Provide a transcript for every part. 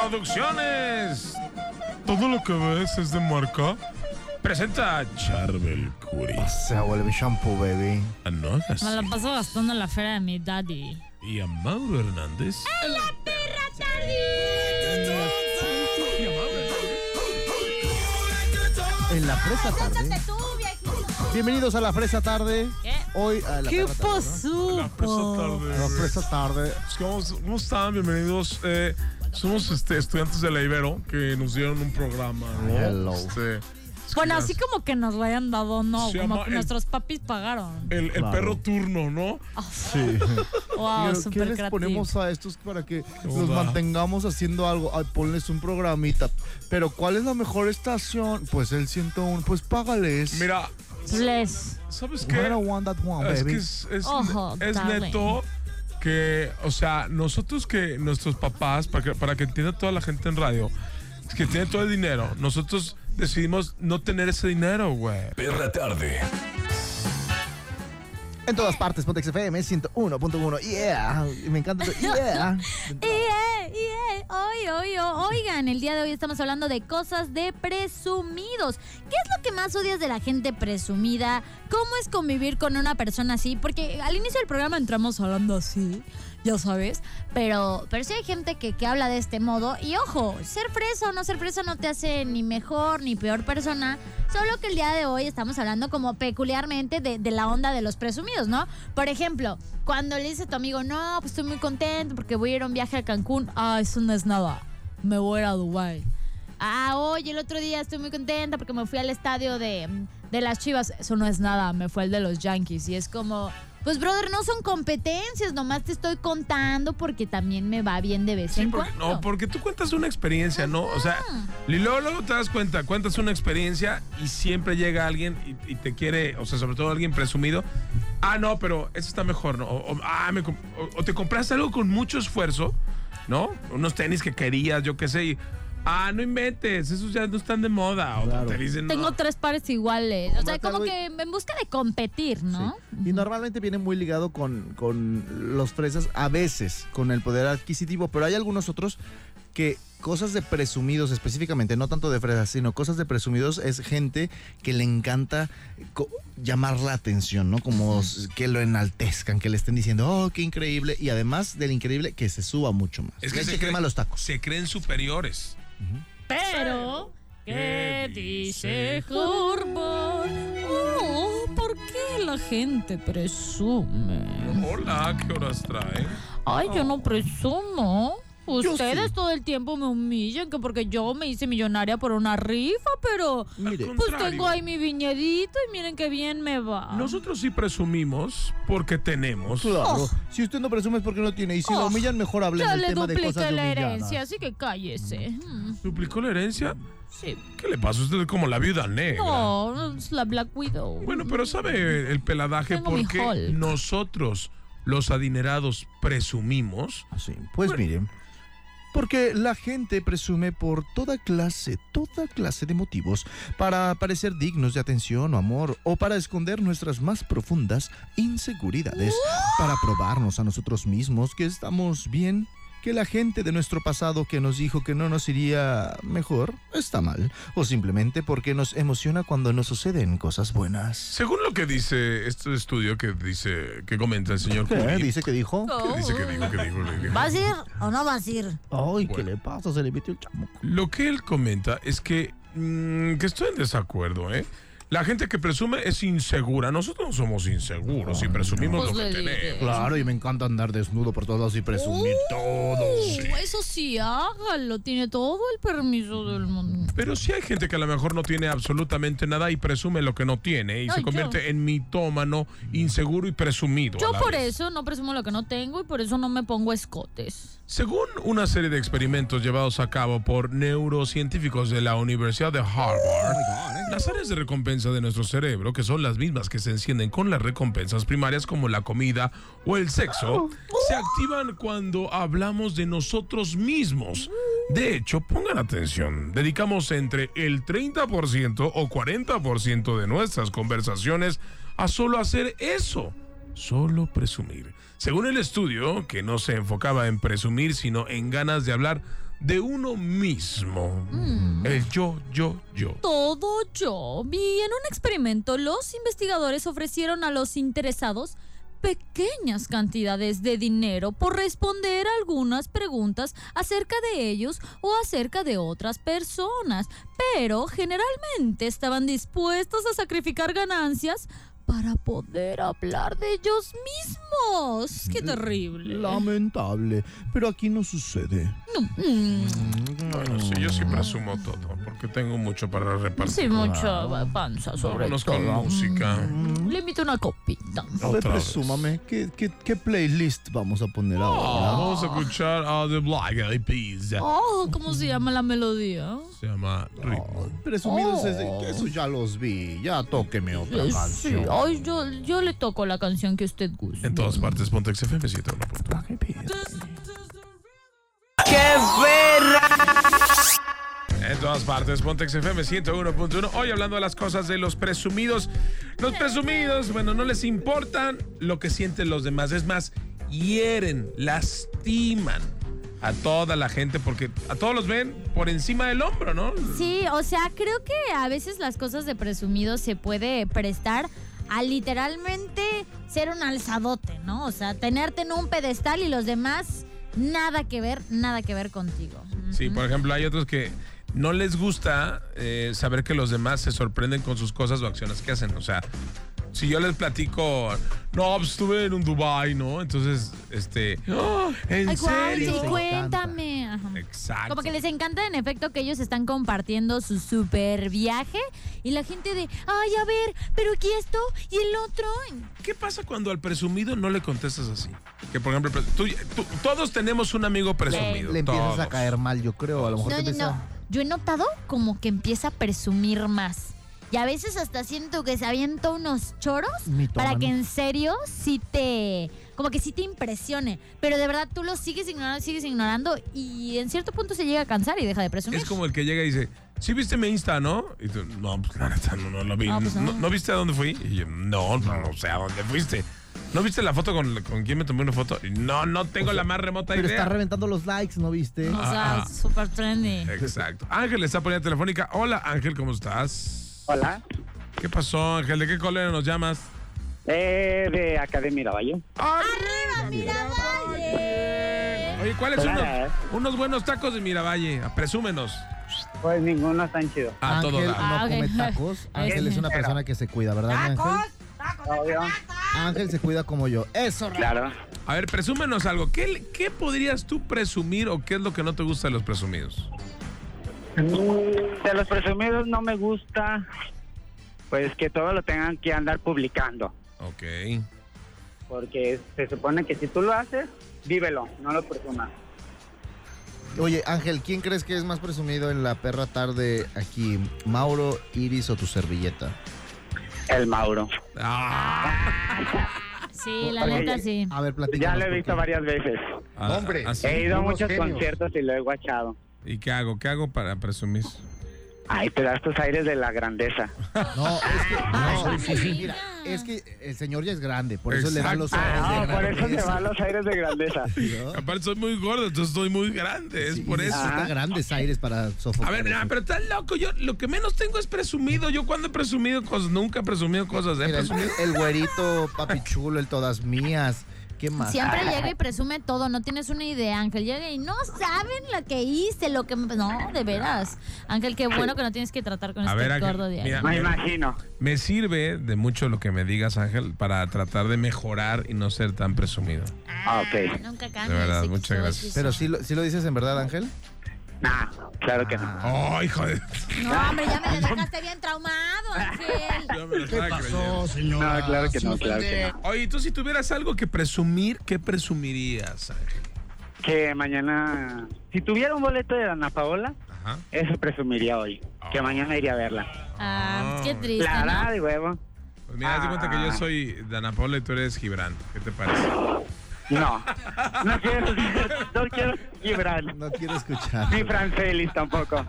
Producciones. Todo lo que ves es de marca. Presenta a Charbel Curis. Se vuelve shampoo, baby. A no hagas Me la así. paso gastando en la feria de mi daddy. Y a Mauro Hernández. Y a Mauro Hernández. En la fresa tarde. Bienvenidos a la fresa tarde. ¿Qué? Hoy a la ¿Qué perra tarde, La presa pasó? ¿no? La Pues, tarde. güey. fresa tarde. Pues, ¿Cómo, cómo están? Bienvenidos. Eh, somos este, estudiantes de la Ibero que nos dieron un programa, ¿no? Hello. Este, es que Bueno, ya así es como que nos lo hayan dado, no. Se Como llama que el- nuestros papis pagaron. El, el Claro. perro turno, ¿no? Sí. Wow, Pero, ¿Qué súper les creativo. ponemos a estos para que los onda? mantengamos haciendo algo? Ay, ponles un programita. Pero ¿cuál es la mejor estación? Pues el 101. Pues págales. Mira, Les. ¿sabes I don't qué? want that one, Es baby. que es, es- Ojo, es darling. neto que, o sea, nosotros que nuestros papás, para que, para que entienda toda la gente en radio, es que tiene todo el dinero, nosotros decidimos no tener ese dinero, güey. Perra Tarde. En todas partes, Pontex FM 101.1. Yeah. Me encanta. tu- Yeah. Y, eh, y, eh, oy, oy, o- Oigan, el día de hoy estamos hablando de cosas de presumidos. ¿Qué es lo que más odias de la gente presumida? ¿Cómo es convivir con una persona así? Porque al inicio del programa entramos hablando así, ya sabes. Pero, pero sí hay gente que, que habla de este modo. Y ojo, ser fresa o no ser fresa no te hace ni mejor ni peor persona. Solo que el día de hoy estamos hablando como peculiarmente de, de la onda de los presumidos, ¿no? Por ejemplo, cuando le dice a tu amigo, no, pues estoy muy contento porque voy a ir a un viaje a Cancún. Ah, eso no es nada. Me voy a ir a Dubái. Ah, oye, el otro día estoy muy contenta porque me fui al estadio de, de las Chivas. Eso no es nada, me fue el de los Yankees. Y es como, pues, brother, no son competencias, nomás te estoy contando porque también me va bien de vez Sí, en porque, cuando. no, porque tú cuentas una experiencia, ¿no? O sea, Ah. y luego, luego te das cuenta, cuentas una experiencia y siempre llega alguien y, y te quiere, o sea, sobre todo alguien presumido. Ah, no, pero eso está mejor, ¿no? O, o, ah, me comp- o- o te compraste algo con mucho esfuerzo, ¿no? Unos tenis que querías, yo qué sé, y, ah, no inventes, esos ya no están de moda. O Claro. te dicen, no. Tengo tres pares iguales. O sea, Cómprate como algo y- que en busca de competir, ¿no? Sí. Y normalmente viene muy ligado con, con los fresas, a veces con el poder adquisitivo, pero hay algunos otros que cosas de presumidos específicamente, no tanto de fresas, sino cosas de presumidos es gente que le encanta co- llamar la atención, ¿no? Como s- que lo enaltezcan, que le estén diciendo, oh, qué increíble, y además del increíble, que se suba mucho más. Es que Leche, se cree- crema los tacos. Se creen superiores. Pero, ¿qué dice Horvath? Oh, ¿por qué la gente presume? Hola, ¿qué horas trae? Ay, yo no presumo. sí. Ustedes todo el tiempo me humillan que porque yo me hice millonaria por una rifa, pero Mire. Al pues contrario. tengo ahí mi viñedito y miren qué bien me va. Nosotros sí presumimos porque tenemos. Claro, Oh. si usted no presume es porque no tiene, y si lo Oh. humillan, mejor hable ya del le tema de dupliqué cosas de la herencia, humilladas. así que cállese. Mm, ¿Duplicó la herencia? Sí. ¿Qué le pasa a usted como la viuda negra? No, es la Black Widow. Bueno, pero sabe el peladaje Tengo mi porque Hulk. nosotros, los adinerados, presumimos. Así, pues miren. Porque la gente presume por toda clase, toda clase de motivos, para parecer dignos de atención o amor, o para esconder nuestras más profundas inseguridades, para probarnos a nosotros mismos que estamos bien, que la gente de nuestro pasado que nos dijo que no nos iría mejor está mal, o simplemente porque nos emociona cuando nos suceden cosas buenas. Según lo que dice este estudio que dice que comenta el señor ¿Qué? Curín, ¿Eh? ¿Dice que dijo? que dice que dijo, que dijo, que dijo. ¿Vas a ir o no vas a ir? Ay, ¿qué Bueno. le pasa? Se le metió el chamuco. Lo que él comenta es que, mm, que estoy en desacuerdo, ¿eh? La gente que presume es insegura. Nosotros no somos inseguros y presumimos Pues lo que le diré. tenemos. Claro, y me encanta andar desnudo por todos lados y presumir todo. Uh, Eso sí, hágalo. Tiene todo el permiso del mundo. Pero sí hay gente que a lo mejor no tiene absolutamente nada y presume lo que no tiene y Ay, se convierte yo. en mitómano, inseguro y presumido. a Yo la por vez. eso no presumo lo que no tengo y por eso no me pongo escotes. Según una serie de experimentos llevados a cabo por neurocientíficos de la Universidad de Harvard, las áreas de recompensa de nuestro cerebro, que son las mismas que se encienden con las recompensas primarias como la comida o el sexo, se activan cuando hablamos de nosotros mismos. De hecho, pongan atención, dedicamos entre el 30% o 40% de nuestras conversaciones a solo hacer eso solo presumir. Según el estudio, que no se enfocaba en presumir, sino en ganas de hablar de uno mismo. El yo, yo, yo. Todo yo. Y en un experimento, los investigadores ofrecieron a los interesados pequeñas cantidades de dinero por responder algunas preguntas acerca de ellos o acerca de otras personas, pero generalmente estaban dispuestos a sacrificar ganancias para poder hablar de ellos mismos. ¡Qué terrible! Lamentable, pero aquí no sucede. No, mm, Bueno, sí, yo sí presumo todo, porque tengo mucho para repartir. sí, mucha panza sobre Vámonos con todo. Mm. música. Le invito una copita. A ver, Otra vez. presúmame, ¿qué, qué, qué playlist vamos a poner ahora? Vamos a escuchar a The Black Eyed Peas. Oh, ¿cómo se llama la melodía? Se llama Oh. Ritmo. Presumidos, es de- que eso ya los vi. Ya tóqueme otra Eh, Sí, canción. ay, yo, yo le toco la canción que usted guste. En todas partes, Pontex FM 71. En todas partes, Pontex FM 101.1. Hoy hablando de las cosas de los presumidos. Los presumidos, bueno, no les importan lo que sienten los demás. Es más, hieren, lastiman a toda la gente porque a todos los ven por encima del hombro, ¿no? Sí, o sea, creo que a veces las cosas de presumido se puede prestar a literalmente ser un alzadote, ¿no? O sea, tenerte en un pedestal y los demás nada que ver, nada que ver contigo. Sí, pues, por ejemplo, hay otros que no les gusta eh, saber que los demás se sorprenden con sus cosas o acciones que hacen. O sea, si yo les platico, no, pues, estuve en un Dubai, ¿no? Entonces, este, "Ah, ¿en Ay, serio? Juanchi, encanta. cuéntame. Ajá. Exacto. Como que les encanta en efecto que ellos están compartiendo su super viaje y la gente de, ay, a ver, pero aquí esto y el otro. ¿Qué pasa cuando al presumido no le contestas así? Que por ejemplo, pues, tú- tú- todos tenemos un amigo presumido. Le empiezas todos. a caer mal, yo creo. A lo mejor No, te no, empieza- no. Yo he notado como que empieza a presumir más. Y a veces hasta siento que se avienta unos choros Mitómano. para que en serio sí te... Como que sí te impresione. Pero de verdad tú lo sigues ignorando, sigues ignorando y en cierto punto se llega a cansar y deja de presumir. Es como el que llega y dice, sí viste mi Insta, ¿no? Y tú, no, pues la neta, no, no lo vi. Ah, No, pues, no. ¿no viste a dónde fui? Y yo, no, no, no sé a dónde fuiste. ¿No viste la foto con, con quién me tomé una foto? Y, No, no tengo la más remota Pero idea. está reventando los likes, ¿no viste? O sea, Ah, ah. súper trendy. Exacto. Ángel está poniendo telefónica. Hola, Ángel, ¿cómo estás? Hola, ¿Qué pasó, Ángel? ¿De qué colegio nos llamas? eh, de Academia Valle. ¡Arriba, Miravalle! Oye, ¿cuáles son Hola. unos, unos buenos tacos de Miravalle? Presúmenos. Pues ninguno es tan chido. A todo Ángel dar. Ah, no ok. come tacos. Ángel es una persona que se cuida, ¿verdad, Ángel? Obvio. Ángel se cuida como yo. Eso, ra- Claro. A ver, presúmenos algo. ¿Qué, le- ¿Qué podrías tú presumir o qué es lo que no te gusta de los presumidos? Mm, De los presumidos no me gusta, pues que todo lo tengan que andar publicando. Ok. Porque se supone que si tú lo haces, vívelo, no lo presumas. Oye, Ángel, ¿quién crees que es más presumido en la perra tarde aquí? ¿Mauro, Iris o tu servilleta? El Mauro. Ah, Sí, la Oye, neta sí. A ver, Ya platícanos. lo he ¿por visto qué? varias veces. ah, Hombre. ah, sí. He ido a somos muchos genios. conciertos y lo he guachado. ¿Y qué hago? ¿Qué hago para presumir? Ay, te das tus aires de la grandeza. No, es que, no, Ay, Ah, sí, sí, mira. mira, es que el señor ya es grande, por eso le dan los ojos Ah, de no, por eso te grandeza, van los aires de grandeza. ¿no? Aparte, soy muy gordo, entonces soy muy grande. Es Sí, por eso. necesita Ah. grandes aires para sofocar. A ver, eso. nah, pero estás loco. Yo lo que menos tengo es presumido. Yo cuando he presumido cosas, nunca he presumido cosas. ¿eh? Mira, el, Presumido. el güerito, papi chulo, el todas mías, ¿Qué más? Siempre llega y presume todo, no tienes una idea, Ángel. Llega y no saben lo que hice, lo que... No, de veras. Ángel, qué bueno que no tienes que tratar con A este ver, Ángel, gordo de ahí. mira, Me imagino. Me sirve de mucho lo que me digas, Ángel, para tratar de mejorar y no ser tan presumido. Ah, ok. Nunca cambies. De verdad, sexo, muchas gracias. Pero sí lo, sí lo dices en verdad, Ángel. Nah, claro que no. ¡Oh, hijo de! No, hombre, ya me la dejaste bien traumado, Ángel. Yo me lo estaba creyendo. No, claro que no, claro que no. Oye, tú si tuvieras algo que presumir, ¿qué presumirías, Ángel? Que mañana, si tuviera un boleto de Ana Paola, Ajá. eso presumiría hoy. Que mañana iría a verla. Ah, qué triste. La ¿no? verdad, de huevo. Pues mira, haz de cuenta que yo soy Dana Paula y tú eres Gibran. ¿Qué te parece? No, no quiero, no quiero Gibran, No quiero escuchar. ni Francelis tampoco.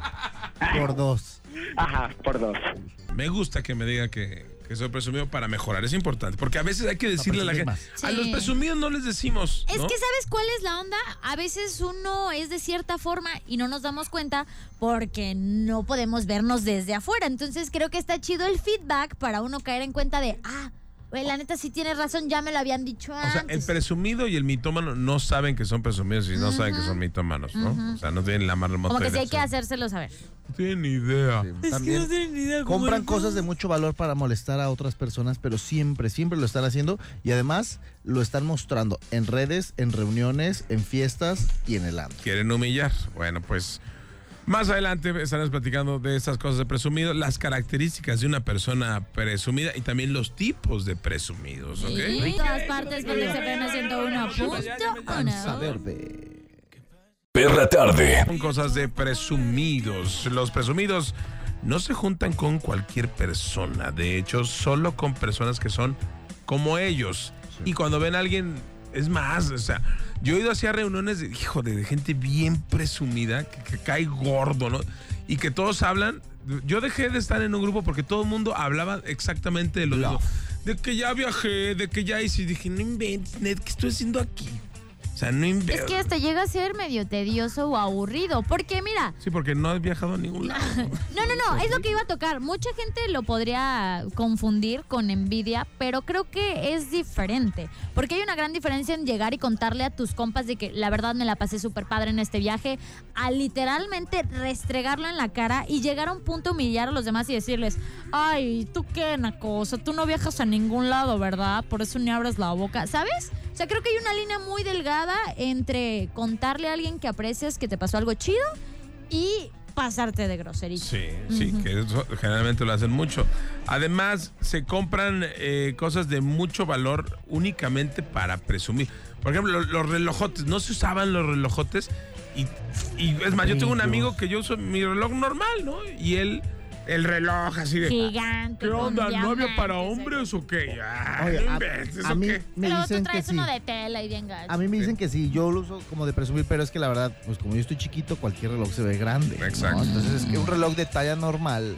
Por dos. Ajá, por dos. Me gusta que me diga que, que soy presumido para mejorar. Es importante. Porque a veces hay que decirle a la gente. presumir A Sí. los presumidos no les decimos. Es ¿no? que sabes cuál es la onda. A veces uno es de cierta forma y no nos damos cuenta porque no podemos vernos desde afuera. Entonces creo que está chido el feedback para uno caer en cuenta de, ah, güey, la neta sí tienes razón, ya me lo habían dicho O sea, antes. el presumido y el mitómano no saben que son presumidos y no saben que son mitómanos, ¿no? O sea, no tienen la más remota Como que sí idea. hay que hacérselo saber. No tienen idea. También compran cosas de mucho valor para molestar a otras personas, pero siempre, siempre lo están haciendo y además lo están mostrando en redes, en reuniones, en fiestas y en el antro. Quieren humillar. Bueno, pues más adelante estaremos platicando de estas cosas de presumido, las características de una persona presumida y también los tipos de presumidos, ¿ok? Y todas partes por XFM 101.1. Verde. Perra tarde. Son cosas de presumidos. Los presumidos no se juntan con cualquier persona. De hecho, solo con personas que son como ellos. Y cuando ven a alguien, es más, o sea, yo he ido hacia reuniones de, híjole, de gente bien presumida, que, que cae gordo, ¿no? Y que todos hablan. Yo dejé de estar en un grupo porque todo el mundo hablaba exactamente de lo mismo. De que ya viajé, de que ya hice. Y dije, no inventes, Ned, ¿qué estoy haciendo aquí? O sea, no inventes. Es que hasta llega a ser medio tedioso o aburrido. Porque mira, Sí, porque no has viajado a ningún lado. No, no, no, es lo que iba a tocar. Mucha gente lo podría confundir con envidia, pero creo que es diferente. Porque hay una gran diferencia en llegar y contarle a tus compas de que la verdad me la pasé súper padre en este viaje, a literalmente restregarlo en la cara y llegar a un punto humillar a los demás y decirles, ay, tú qué, cosa, tú no viajas a ningún lado, ¿verdad? Por eso ni abres la boca, ¿sabes? O sea, creo que hay una línea muy delgada entre contarle a alguien que aprecias que te pasó algo chido y pasarte de groserito. Sí, sí, que eso generalmente lo hacen mucho. Además, se compran eh, cosas de mucho valor únicamente para presumir. Por ejemplo, lo- los, relojotes, no se usaban los relojotes. Y, y es más, yo tengo un amigo que yo uso mi reloj normal, ¿no? Y él, el reloj así de... "Ah, Gigante. ¿Qué con onda? ¿Novia para diamantes, hombres o qué? Ah, Oye, no a, inventes, a ¿o mí qué? ¿eh? me Luego dicen tú que traes sí. uno de tela y bien gacho. A mí me dicen que sí, yo lo uso como de presumir, pero es que la verdad, pues como yo estoy chiquito, cualquier reloj se ve grande. ¿no? Exacto. Entonces es que un reloj de talla normal,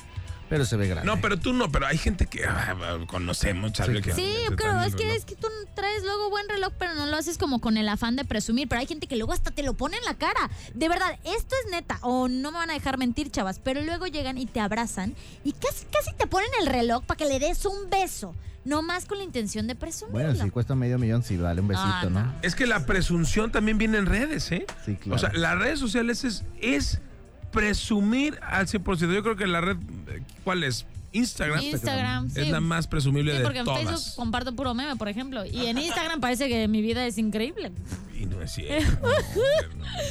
pero se ve grande. No, pero tú no, pero hay gente que ah, conocemos, Charlie, Sí. que- Sí, que claro, traen es el que, reloj. es que tú traes luego buen reloj, pero no lo haces como con el afán de presumir. Pero hay gente que luego hasta te lo pone en la cara. De verdad, esto es neta, o no me van a dejar mentir, chavas, pero luego llegan y te abrazan y casi, casi te ponen el reloj para que le des un beso. No más con la intención de presumirlo. Bueno, si cuesta medio millón, sí, vale un besito, Ah, ¿no? no. Es que la presunción también viene en redes, ¿eh? Sí, claro. O sea, las redes sociales es, es presumir al 100%. Yo creo que la red, eh, ¿cuál es? Instagram. Instagram, sí. Es la más presumible Sí, de porque en todas. Facebook comparto puro meme, por ejemplo. Y en Instagram parece que mi vida es increíble. Y no es cierto.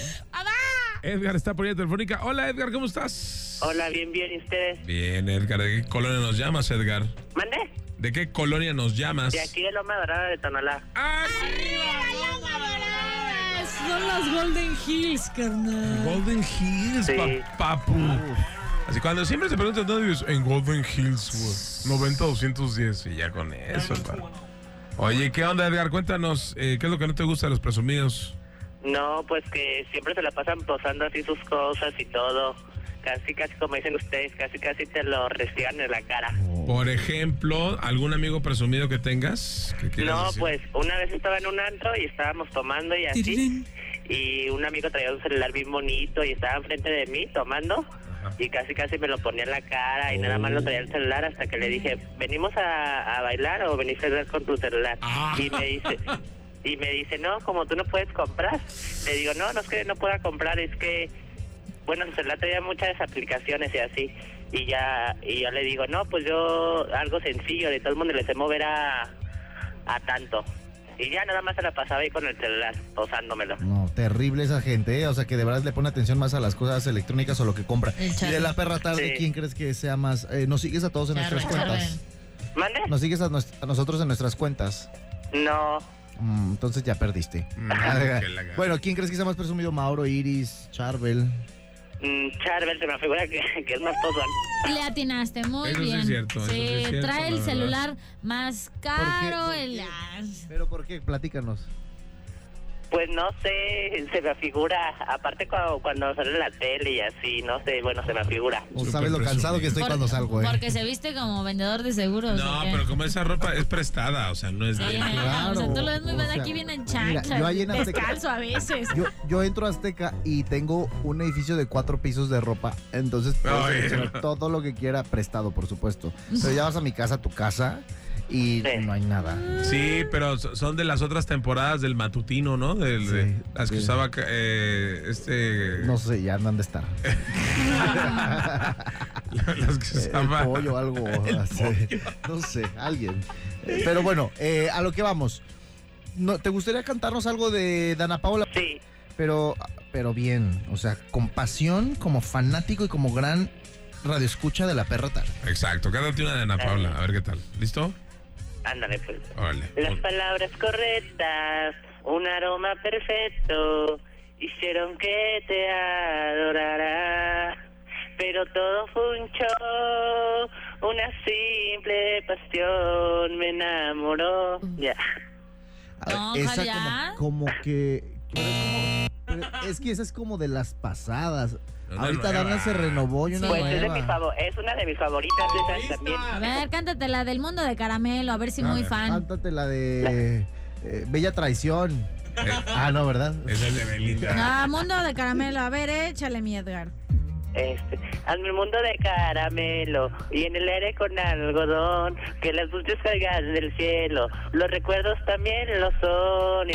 Edgar está por línea telefónica. Hola, Edgar, ¿cómo estás? Hola, bien, bien, ¿y ustedes? Bien, Edgar. ¿De qué colonia nos llamas, Edgar? ¿Mande? ¿De qué colonia nos llamas? De aquí de Loma Dorada de Tonalá. ¡Ah! Son las Golden Hills, carnal. Golden Hills, Sí. pa- papu. Así cuando siempre se preguntan dónde vives, en Golden Hills, güey. 90-210 y ya con eso, pa. Oye, ¿qué onda, Edgar? Cuéntanos, eh, ¿qué es lo que no te gusta de los presumidos? No, pues que siempre se la pasan posando así sus cosas y todo. Casi, casi como dicen ustedes, casi, casi te lo restregan en la cara. Por ejemplo, ¿algún amigo presumido que tengas? que quieras No, decir? pues una vez estaba en un antro y estábamos tomando y así. Y un amigo traía un celular bien bonito y estaba enfrente de mí tomando. Ajá. Oh. Y casi, casi me lo ponía en la cara y nada más lo traía el celular hasta que le dije, ¿venimos a, a bailar o venís a bailar con tu celular? Ah. Y me dice, Y me dice, no, como tú no puedes comprar. Le digo, no, no es que no pueda comprar, es que, bueno, en su celular traía muchas aplicaciones y así. Y ya, y yo le digo, no, pues yo, algo sencillo, de todo el mundo le sé mover a, a tanto. Y ya nada más se la pasaba ahí con el celular, posándomelo. No, terrible esa gente, ¿eh? O sea, que de verdad le pone atención más a las cosas electrónicas o lo que compra. El Y Charlie. de la perra tarde, Sí. ¿quién crees que sea más? Eh, nos sigues a todos en Charlie, nuestras cuentas. ¿Mande? Nos sigues a, nos- a nosotros en nuestras cuentas. No, Mm, entonces ya perdiste. Mm, Ah, qué laga- bueno, ¿quién crees que sea más presumido? Mauro, Iris, Charbel. mm, Charbel se me figura que, que es más posón. Le atinaste, muy Eso sí bien. es cierto, eso sí es cierto, trae el la celular más caro. ¿Por qué? el- ¿Pero por qué? Platícanos. Pues no sé, se me figura, aparte cuando, cuando sale en la tele y así, no sé, bueno, se me figura. O Súper sabes lo cansado presumido. que estoy Por- cuando salgo, ¿eh? Porque se viste como vendedor de seguros. No, ¿o qué? pero como esa ropa es prestada, o sea, no es Sí, de. ajá, claro, o sea, tú lo ves muy o bien sea, aquí viene en mira, chancha. yo ahí en Azteca- descalzo a veces. Yo, yo entro a Azteca y tengo un edificio de cuatro pisos de ropa, entonces puedo Ay. seleccionar todo lo que quiera prestado, por supuesto. Pero ya vas a mi casa, a tu casa, y Sí. no hay nada. Sí, pero so- son de las otras temporadas del matutino, ¿no? Del- Sí, de- las que sí. usaba eh, este. No sé, ya no han de estar. las que Eh, El usaba. pollo, algo. así. No sé, alguien. Eh, Pero bueno, eh, a lo que vamos. No, ¿Te gustaría cantarnos algo de Dana Paola? Sí, Pero, pero bien, o sea, con pasión, como fanático y como gran radioescucha de la perra tarde. Exacto, cántate una de Ana Paula, a ver qué tal. ¿Listo? ándale pues. Órale. Las palabras correctas, un aroma perfecto, hicieron que te adorara. Pero todo fue un show, una simple pasión me enamoró. Ya. A ver, No, esa Javier. como, como que. pero es, como- pero es que esa es como de las pasadas. Una Ahorita nueva. Dana se renovó Mm, y una Pues es, de nueva. mis favo- es una de mis favoritas de esas también. A ver, cántate la del mundo de caramelo, a ver si A muy ver. fan. Cántate la de eh, Bella Traición. Eh, Ah, no, ¿verdad? Esa es de Belinda. Ah, mundo de caramelo, a ver, échale mi Edgar. Este, hazme un mundo de caramelo y en el aire con algodón, que las dulces caigan del cielo. Los recuerdos también lo son. y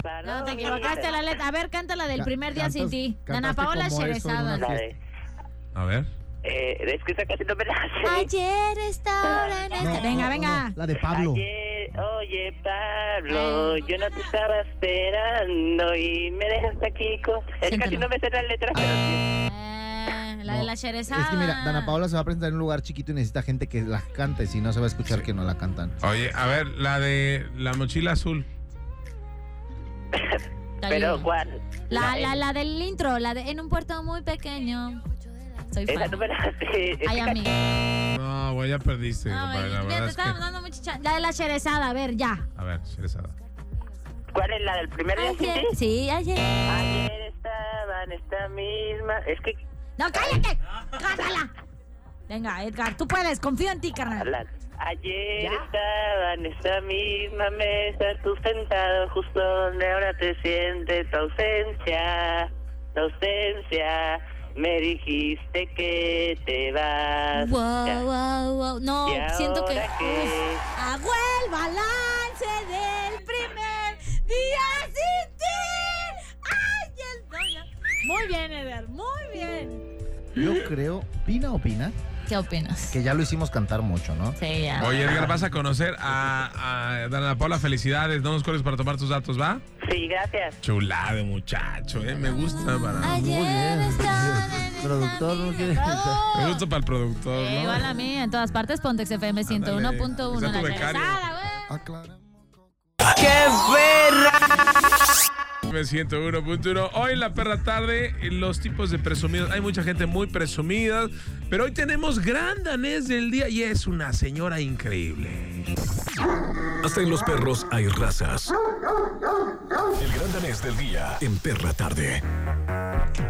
No, pilas te palomitas. equivocaste la letra. A ver, cántala del Ca- primer día sin cantas- ti. Ana cantaste Paola como eso en Sherezada. una La de- A ver. eh, es que esa casi no me la sé. Ayer estaba en No, este. Venga, no, venga. no, la de Pablo. Ayer, oye Pablo, yo no te estaba esperando y me dejaste aquí con... Es que casi Siéntalo. no me sé las letras, pero sí. Eh, la de la Sherezada. Es que mira, Dana Paola se va a presentar en un lugar chiquito y necesita gente que la cante, si no se va a escuchar que no la cantan. Oye, a ver, la de la mochila azul. Te Pero ayudo. ¿cuál? La, la, la del intro, la de en un puerto muy pequeño. Soy Esa fan. no me la sé. Es que Ay, casi- amiga. No, güey, ya perdiste. No, compadre, la ya verdad te es que- estábamos dando mucha chan- La de la Sherezada, a ver, ya. A ver, Sherezada. ¿Cuál es la del primer día sin ti? Sí, ayer. Ayer estaba en esta misma... Es que... No, cállate. Cántala. Venga, Edgar, tú puedes. Confío en ti, carnal. la- Ayer estaba en esta misma mesa, tú sentado justo donde ahora te sientes tu ausencia, tu ausencia. Me dijiste que te vas. Ya. Wow, wow, wow. No, ¿Y siento que. ahora qué? Uf, hago el balance del primer día sin ti. Ay, el no, ya. Muy bien, Edgar, muy bien. Yo creo, Pina opina, ¿Qué opinas? que ya lo hicimos cantar mucho, ¿no? Sí, ya. Oye, Edgar, vas a conocer a, a Dana Paula. Felicidades. No nos corres para tomar tus datos, ¿va? Sí, gracias. Chulada de muchacho, ¿eh? Me gusta para. Muy bien. Ayer estaba en esta Productor, ¿no misma- quieres? Bravo. Me gusta para el productor, Eh, ¿no? igual a mí, en todas partes, Pontex FM Ándale, 101.1. que sea La tu becario. regresada, güey. FM 101.1. Hoy en la perra tarde, los tipos de presumidos. Hay mucha gente muy presumida, pero hoy tenemos gran danés del día y es una señora increíble. Hasta en los perros hay razas. El gran danés del día en perra tarde.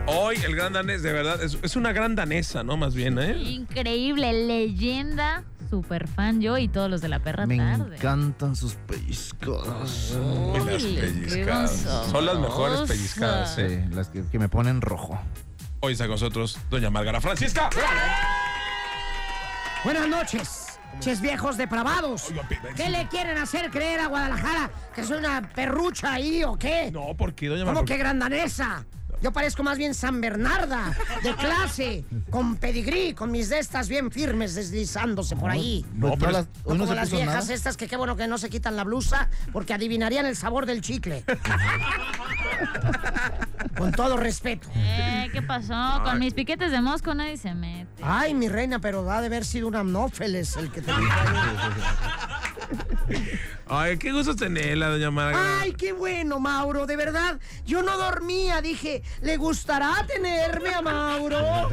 Hoy el gran danés, de verdad, es, es una gran danesa, ¿no? Más bien, ¿eh? Increíble, leyenda, super fan yo y todos los de la perra Me tarde. encantan sus pellizcos. Uy, Las qué pellizcadas. sabrosa. Son las mejores pellizcadas, sí. Sí, las que, que me ponen rojo. Hoy está con nosotros doña Márgara Francisca. Buenas noches. Ches viejos depravados. Oiga, pero- ¿Qué le quieren hacer creer a Guadalajara? ¿Que soy una perrucha ahí o qué? No, porque doña ¿Cómo Margot- que grandanesa? Yo parezco más bien San Bernarda, de clase, con pedigrí, con mis de estas bien firmes deslizándose por ahí. Pues No, pero las- No hoy no como se las puso viejas nada. estas que qué bueno que no se quitan la blusa porque adivinarían el sabor del chicle. Con todo respeto. Eh, ¿Qué pasó? Con mis piquetes de mosco nadie se mete. Ay, mi reina, pero ha de haber sido un amnófeles el que te Ay, qué gusto tenerla, doña Margot. Ay, qué bueno, Mauro, de verdad. Yo no dormía, dije, ¿le gustará tenerme a Mauro?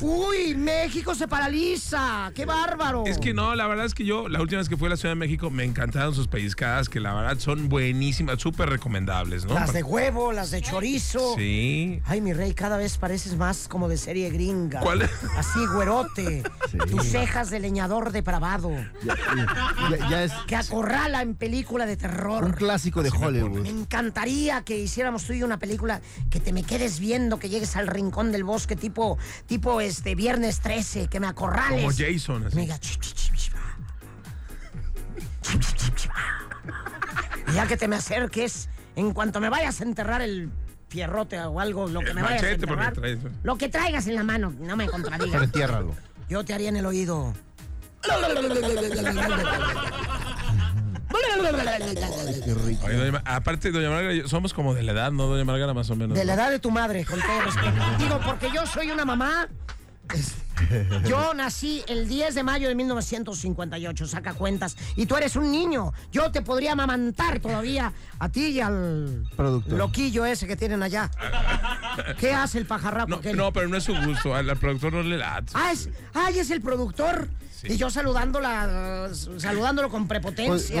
Uy, México se paraliza, qué bárbaro. Es que no, la verdad es que yo, la última vez que fui a la Ciudad de México, me encantaron sus pellizcadas, que la verdad son buenísimas, súper recomendables, ¿no? Las de huevo, las de chorizo. Sí. Ay, mi rey, cada vez pareces más como de serie gringa. ¿Cuál? Así, güerote. Tus cejas de leñador depravado. Ya, ya- ya es Que acorrala en película de un terror. clásico de Hollywood. Me encantaría que hiciéramos tú y yo una película que te me quedes viendo, que llegues al rincón del bosque, tipo, tipo este viernes 13, que me acorrales. Como Jason, Me así. diga, "Chip, chip, chip, chip, va". Chip, chip, chip, chip, va. Y Ya que te me acerques, en cuanto me vayas a enterrar el fierrote o algo, lo que El me vayas a machete, porque enterrar, traes- lo que traigas en la mano, no me Pero contradigas. entiérralo. Yo te haría en el oído. Ay, doña Mar- aparte, doña Margarita, somos como de la edad, ¿no, doña Margarita? Más o menos. De la ¿no? edad de tu madre, con todo respeto. Digo, porque yo soy una mamá. Yo nací el 10 de mayo de 1958, saca cuentas. Y tú eres un niño. Yo te podría amamantar todavía a ti y al Productor. loquillo ese que tienen allá. ¿Qué hace el pajarrapo? No, aquel? no, pero no es su gusto. Al, al productor no le da. Ah, es, ay, es el productor. Sí. Y yo saludándola, saludándolo con prepotencia. Pues-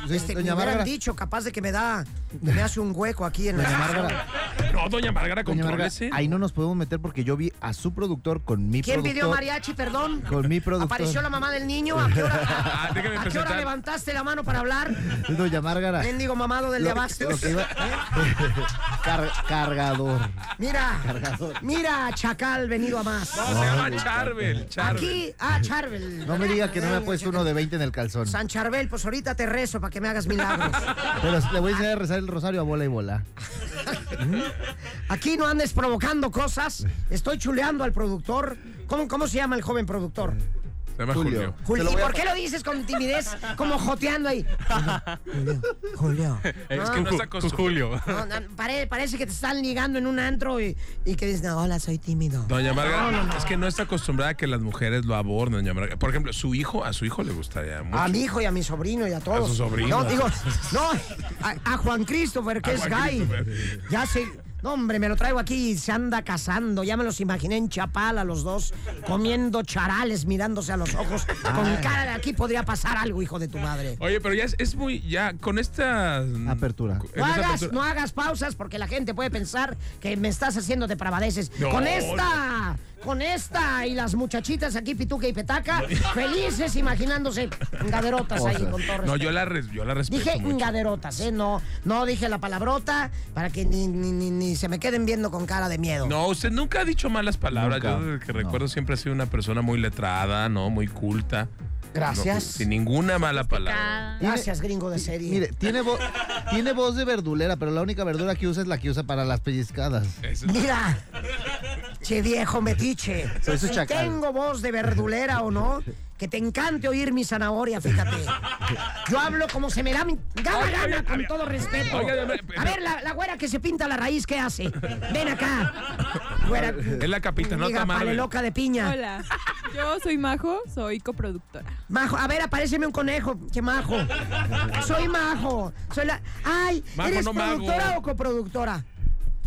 pues yo- Este, doña me hubieran Bárbara. dicho, capaz de que me da, me hace un hueco aquí en la Doña No, Márgara, doña Margarita, doña Márgara, contrólese. ahí no nos podemos meter porque yo vi a su productor con mi ¿Quién productor. pidió mariachi, perdón? Con mi productor. ¿Apareció la mamá del niño? ¿A qué hora, Ah, déjame ¿a qué hora presentar. levantaste la mano para hablar? Doña Márgara. Mendigo mamado del de Lo- abasto. lo que iba- Car- cargador. Mira, mira, chacal venido a más. No, se llama Charbel. Charbel. Aquí, ah, Charbel. No me diga que no me ha puesto uno de 20 en el calzón. San Charbel, pues ahorita te rezo para que me hagas milagros. Pero le voy a enseñar a rezar el rosario a bola y bola. Aquí no andes provocando cosas. Estoy chuleando al productor. ¿Cómo, cómo se llama el joven productor? Se llama Julio. Jul- ¿Y por qué lo dices con timidez, como joteando ahí? Julio, Julio. Eh, Es que no está con Julio. No, no, pare- parece que te están ligando en un antro y, y que dices, "No, hola, soy tímido. Doña Margarita, es que no está acostumbrada a que las mujeres lo aborden, doña Margarita. Por ejemplo, su hijo, a su hijo le gustaría mucho. A mi hijo y a mi sobrino y a todos. A su sobrino. No, digo, no, a, a Juan Christopher, que A es Juan gay. Christopher. Ya se. No, hombre, me lo traigo aquí y se anda casando. Ya me los imaginé en Chapala los dos, comiendo charales, mirándose a los ojos. Con cara de aquí podría pasar algo, hijo de tu madre. Oye, pero ya es, es muy, ya con esta... Apertura. con No esa hagas, apertura- no hagas pausas porque la gente puede pensar que me estás haciendo depravadeces. No, con esta, con esta y las muchachitas aquí, pituca y petaca, felices imaginándose gaderotas ahí con todo respeto. No, yo la, res- yo la respeto Dije mucho. gaderotas, ¿eh? No, no dije la palabrota para que ni, ni- ni- ni se me queden viendo con cara de miedo. No, usted nunca ha dicho malas palabras. Nunca. Yo desde que No. recuerdo siempre ha sido una persona muy letrada, ¿no? Muy culta. Gracias. No, sin ninguna mala palabra. Cada- Gracias, gringo de serie. Mire, tiene, vo- tiene voz de verdulera, pero la única verdura que usa es la que usa para las pellizcadas. Eso- Mira, che viejo metiche. Soy su si chacal. tengo voz de verdulera o no, que te encante oír mi zanahoria, fíjate. Yo hablo como se me da mi gana, Oiga, gana, oiga, con oiga. todo respeto. Oiga, oiga, A ver, la, la güera que se pinta la raíz, ¿qué hace? Ven acá. Güera, Es la capitanota diga, Marvel. eh. paleloca de piña. Hola, yo soy Majo, soy coproductora. Majo, a ver, aparéceme un conejo, que majo. Soy majo. Soy la. Ay, Majo, ¿eres no mago. productora o coproductora?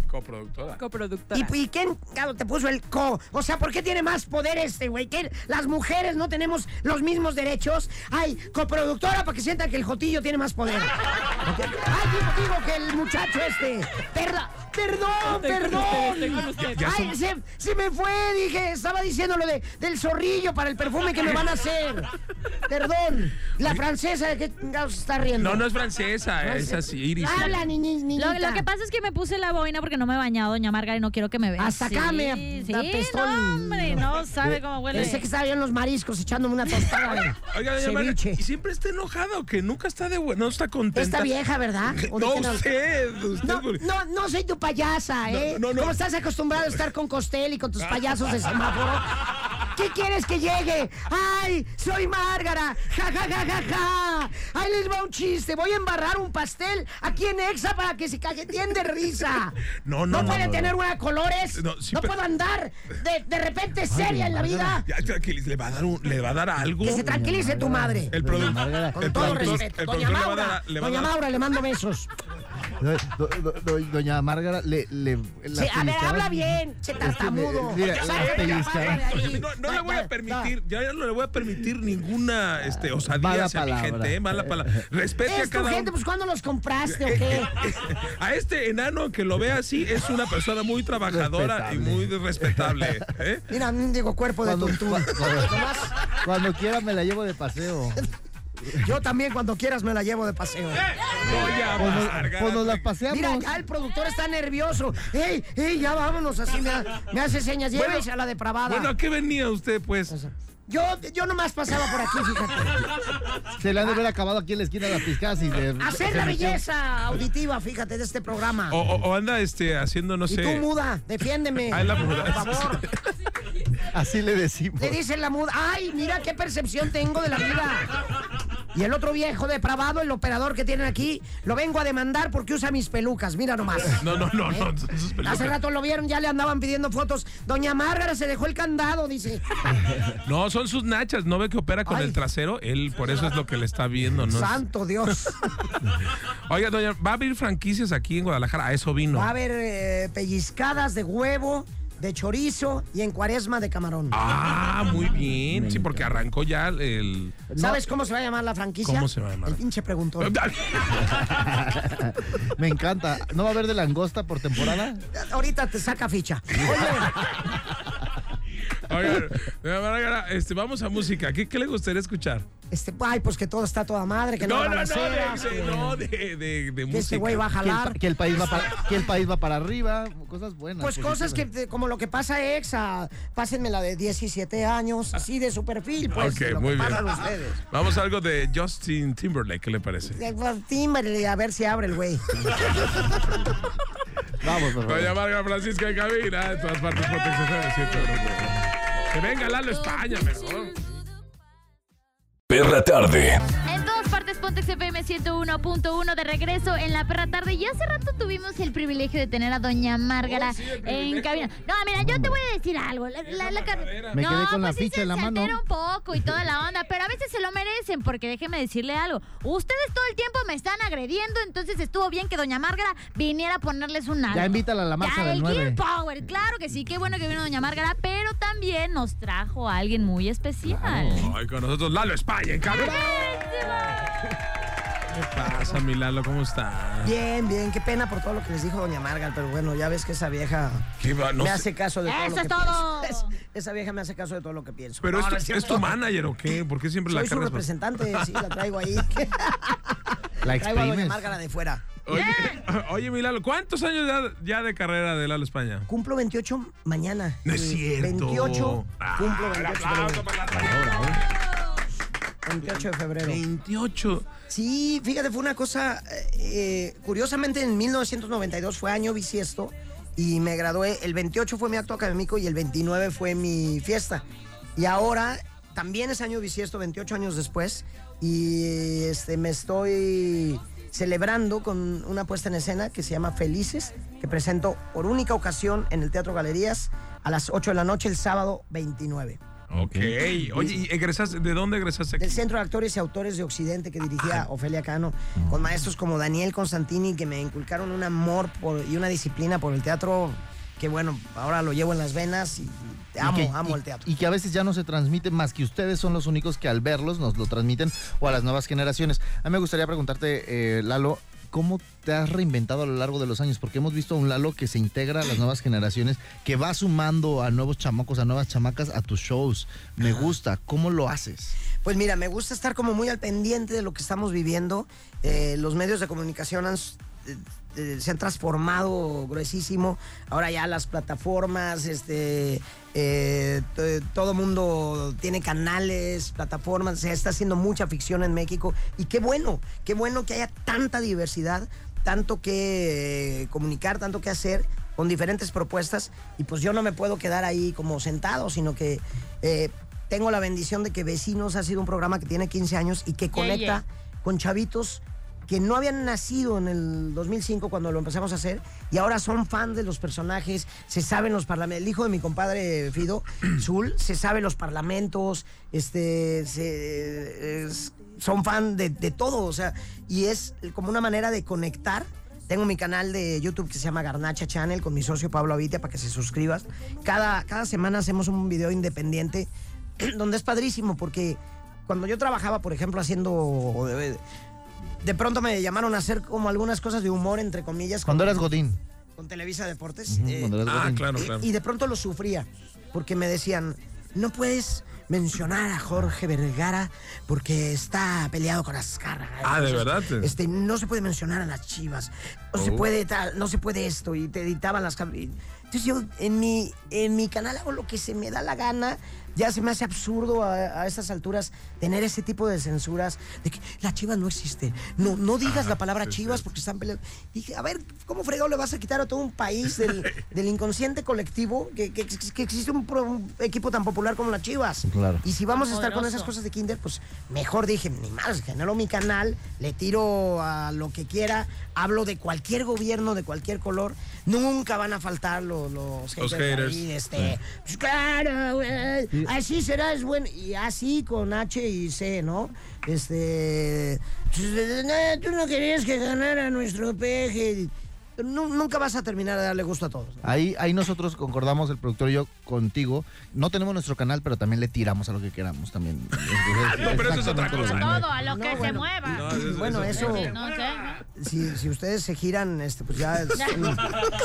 Coproductora. Coproductora. ¿Y, y quién claro, te puso el co? O sea, ¿por qué tiene más poder este, güey? ¿Qué? ¿Las mujeres no tenemos los mismos derechos? Ay, coproductora para que sientan que el jotillo tiene más poder. Ok. Ay, digo, digo que el muchacho este. Perda- Perdón, Estoy con usted, estoy perdón. con usted. Ay, se, se me fue, dije, estaba diciendo lo de, del zorrillo para el perfume que me van a hacer. Perdón, la francesa, ¿de qué chingados está riendo? No, no es francesa, es así, Iris. Habla, ni, ni, Lo, niñita. lo que pasa es que me puse la boina porque no me he bañado, doña Margarita, y no quiero que me vea. Hasta Sí, acá me Sí, apestó el- no, hombre, no Eh, sabe cómo huele. Pensé que sabían los mariscos echándome una tostada de Oiga, doña Marga, ceviche. ¿y siempre está enojada o que nunca está de buena? No está contenta. Esta vieja, ¿verdad? ¿O No, de qué nos- usted, usted. No, porque- no, no soy tu payasa, ¿eh? No, no, no. ¿Cómo estás acostumbrado a estar con Costel y con tus payasos de semáforo? ¿Qué quieres que llegue? ¡Ay, soy Márgara! ¡Ja, ja, ja, ja, ja! ¡Ahí les va un chiste! Voy a embarrar un pastel aquí en Exa para que se cajeteen de risa. No, no, ¿No, no, pueden no, tener una de colores? No, sí, ¿No pero- puedo andar de, de repente seria en la vida? Ya, tranquiliz- le va a dar un- le va a dar algo. Que se tranquilice tu madre. El productor. Margarita, Con el todo productor- respeto. el Doña productor le va a dar Maura, a- le va a doña dar- Maura, le mando besos. Do- do- do- do- doña Márgara le. le las Sí, a ver, pellizcadas- habla bien, che tartamudo. Este, Mira, Ya las sabes, pellizcadas. ya, ya, ya. No, no le voy a permitir, ya no le voy a permitir ninguna este, osadía Mala hacia mi palabra. gente, eh, mala palabra. Respete a Ah, Es tu cada Eh, gente, uno. pues ¿cuándo los compraste o qué? A este enano que lo ve así es una persona muy trabajadora y muy respetable. ¿eh? Mira, un digo cuerpo de Cuando, tortuga. cua- cuando- cuando quiera me la llevo de paseo. Pues Yo también cuando quieras me la llevo de paseo. Doña Pues nos, Márgara, pues nos la Mira, paseamos. ya el productor está nervioso. ¡Ey, ey, ya vámonos! Así me, ha- me hace señas. Bueno, Llévese a la depravada. Bueno, ¿a qué venía usted, pues? yo, yo nomás pasaba por aquí, fíjate. Se le han de haber acabado aquí en la esquina las piscadas y de. Hacer la belleza auditiva, fíjate, de este programa. O, o- o anda este, haciendo, no y tú, sé. muda, defiéndeme. Ah, es la Por muda. favor. Así le decimos. Le dicen la muda, ay, mira qué percepción tengo de la vida. Y el otro viejo depravado, el operador que tienen aquí, lo vengo a demandar porque usa mis pelucas, mira nomás. No, no, no, no. son sus Hace pelucas. rato lo vieron, ya le andaban pidiendo fotos. Doña Márgara se dejó el candado, dice. No, son sus nachas. ¿No ve que opera con Ay. el trasero? Él, por eso es lo que le está viendo, ¿no? Santo Dios. Oiga, doña, ¿va a abrir franquicias aquí en Guadalajara? A eso vino. Va a haber eh, pellizcadas de huevo, de chorizo y en cuaresma de camarón. Ah, muy bien. Sí, porque arrancó ya el. ¿Sabes cómo se va a llamar la franquicia? ¿Cómo se va a llamar? Ah. El pinche preguntó. Me encanta. ¿No va a haber de langosta por temporada? Ahorita te saca ficha. Oye, Oiga, doña Márgara, este, vamos a música. ¿Qué, qué le gustaría escuchar? este, ay, pues que todo está toda madre, que no, No, hay no, no, balaceras, de, de- que- no, de, de- de que música. este güey va a Que el, jalar. pa- que el país va para, que el país va para arriba. Cosas buenas. Pues cosas que, positivas. te- como lo que pasa a Exa, pásenme la de 17 años, Ah. así de su perfil, pues, Ok, de lo muy que bien. pasan ustedes. Vamos a algo de Justin Timberlake, ¿qué le parece? Eh, pues, Tímbrele, a ver si abre el güey. Vamos, por favor. Doña Márgara Francisca de Cabina, en todas partes, Pontex FM, 101.1. Que venga Lalo España, mejor. Perra tarde. En todas partes, Pontex FM 101.1 de regreso en la perra tarde. Y hace rato tuvimos el privilegio de tener a Doña Márgara en cabina. No, mira, yo te voy a decir algo. La, la- la- Me no, quedé con la pues sí ficha se- en la se mano. altera un poco y toda la onda, pero a veces se lo merecen, porque déjeme decirle algo. Ustedes todo el tiempo me están agrediendo, entonces estuvo bien que Doña Márgara viniera a ponerles un algo. Ya invítala a la marcha Ya, del el 9. Gear Power, claro que sí. Qué bueno que vino Doña Márgara, pero también nos trajo a alguien muy especial. Hoy con nosotros Lalo España en cabina. ¿Qué pasa, mi Lalo? ¿Cómo está? Bien, bien, qué pena por todo lo que les dijo Doña Margal, pero bueno, ya ves que esa vieja ¿Qué va? No me sé. hace caso de todo ¡Eso lo que es todo! pienso. Es- esa vieja me hace caso de todo lo que pienso. Pero No, esto- no es, cierto. tu manager o qué? ¿Por qué siempre la Soy su cargas? representante, sí, la traigo ahí. La traigo a Doña exprimes. Márgara de fuera. Oye, oye, mi Lalo, ¿cuántos años ya, ya de carrera de Lalo España? Cumplo 28 mañana. No es Eh, cierto. Ah, 28, cumplo 28 de febrero. para 28 de febrero. 28. Sí, fíjate, fue una cosa, eh, curiosamente en 1992 fue año bisiesto y me gradué, el 28 fue mi acto académico y el 29 fue mi fiesta. Y ahora también es año bisiesto, 28 años después, y este, me estoy celebrando con una puesta en escena que se llama Felices, que presento por única ocasión en el Teatro Galerías a las 8 de la noche el sábado 29. Ok. Oye, ¿y egresaste? ¿De dónde egresaste aquí? del Centro de Actores y Autores de Occidente que dirigía Ofelia Cano, con maestros como Daniel Constantini que me inculcaron un amor por, y una disciplina por el teatro que bueno, ahora lo llevo en las venas y Y amo, que- amo y- el teatro. Y que a veces ya no se transmite más que ustedes son los únicos que al verlos nos lo transmiten o a las nuevas generaciones. A mí me gustaría preguntarte, eh, Lalo, ¿cómo te has reinventado a lo largo de los años? Porque hemos visto a un Lalo que se integra a las nuevas generaciones, que va sumando a nuevos chamacos, a nuevas chamacas a tus shows. Me gusta. ¿Cómo lo haces? Pues mira, me gusta estar como muy al pendiente de lo que estamos viviendo. Eh, los medios de comunicación han s- eh, eh, se han transformado gruesísimo. Ahora ya las plataformas, este, eh, to- todo mundo tiene canales, plataformas. Se está haciendo mucha ficción en México y qué bueno, qué bueno que haya tanta diversidad, tanto que eh, comunicar, tanto que hacer con diferentes propuestas y pues yo no me puedo quedar ahí como sentado, sino que eh, tengo la bendición de que Vecinos ha sido un programa que tiene 15 años y que conecta yeah. con chavitos que no habían nacido en el 2005 cuando lo empezamos a hacer y ahora son fan de los personajes, se saben los parlamentos. El hijo de mi compadre Fido, Zul, se sabe los parlamentos, este, se- es- son fan de, de todo, o sea, y es como una manera de conectar. Tengo mi canal de YouTube que se llama Garnacha Channel con mi socio Pablo Avitia para que se suscribas. Cada, cada semana hacemos un video independiente donde es padrísimo porque cuando yo trabajaba, por ejemplo, haciendo... eh, de pronto me llamaron a hacer como algunas cosas de humor, entre comillas. Cuando con- eras Godín. Con Televisa Deportes. eh, Cuando eras Ah, Godín. claro, y- claro. Y de pronto lo sufría, porque me decían, no puedes mencionar a Jorge Vergara porque está peleado con Azcárraga. Ah, ¿de verdad? Oh. Este, no se puede mencionar a las chivas, no se puede tal, no se puede esto, y te editaban las... cam- y- Entonces yo en mi, en mi canal hago lo que se me da la gana, ya se me hace absurdo a, a estas alturas tener ese tipo de censuras, de que las chivas no existen, no, no digas la palabra chivas porque están peleando. Dije, a ver, ¿cómo fregado le vas a quitar a todo un país del, del inconsciente colectivo que, que- que existe un, pro- un equipo tan popular como las chivas? Claro. Y si vamos a estar con Poderoso. esas cosas de Kinder, pues mejor dije, ni más, genero mi canal, le tiro a lo que quiera, hablo de cualquier gobierno, de cualquier color, nunca van a faltar los, los haters. haters. Mm. ahí, este, pues claro, güey, así serás bueno, y así con H y C, ¿no? Este, pues, no, tú no querías que ganara nuestro peje. Nu- nunca vas a terminar de darle gusto a todos. ¿no? Ahí, ahí nosotros concordamos, el productor y yo, contigo. No tenemos nuestro canal, pero también le tiramos a lo que queramos también. Ah, No, pero eso es otra cosa. Ah, A todo, a lo No, que se bueno. mueva. No, eso- Bueno, eso- Sí, no sé, ¿no? Si, si ustedes se giran, este, pues ya es-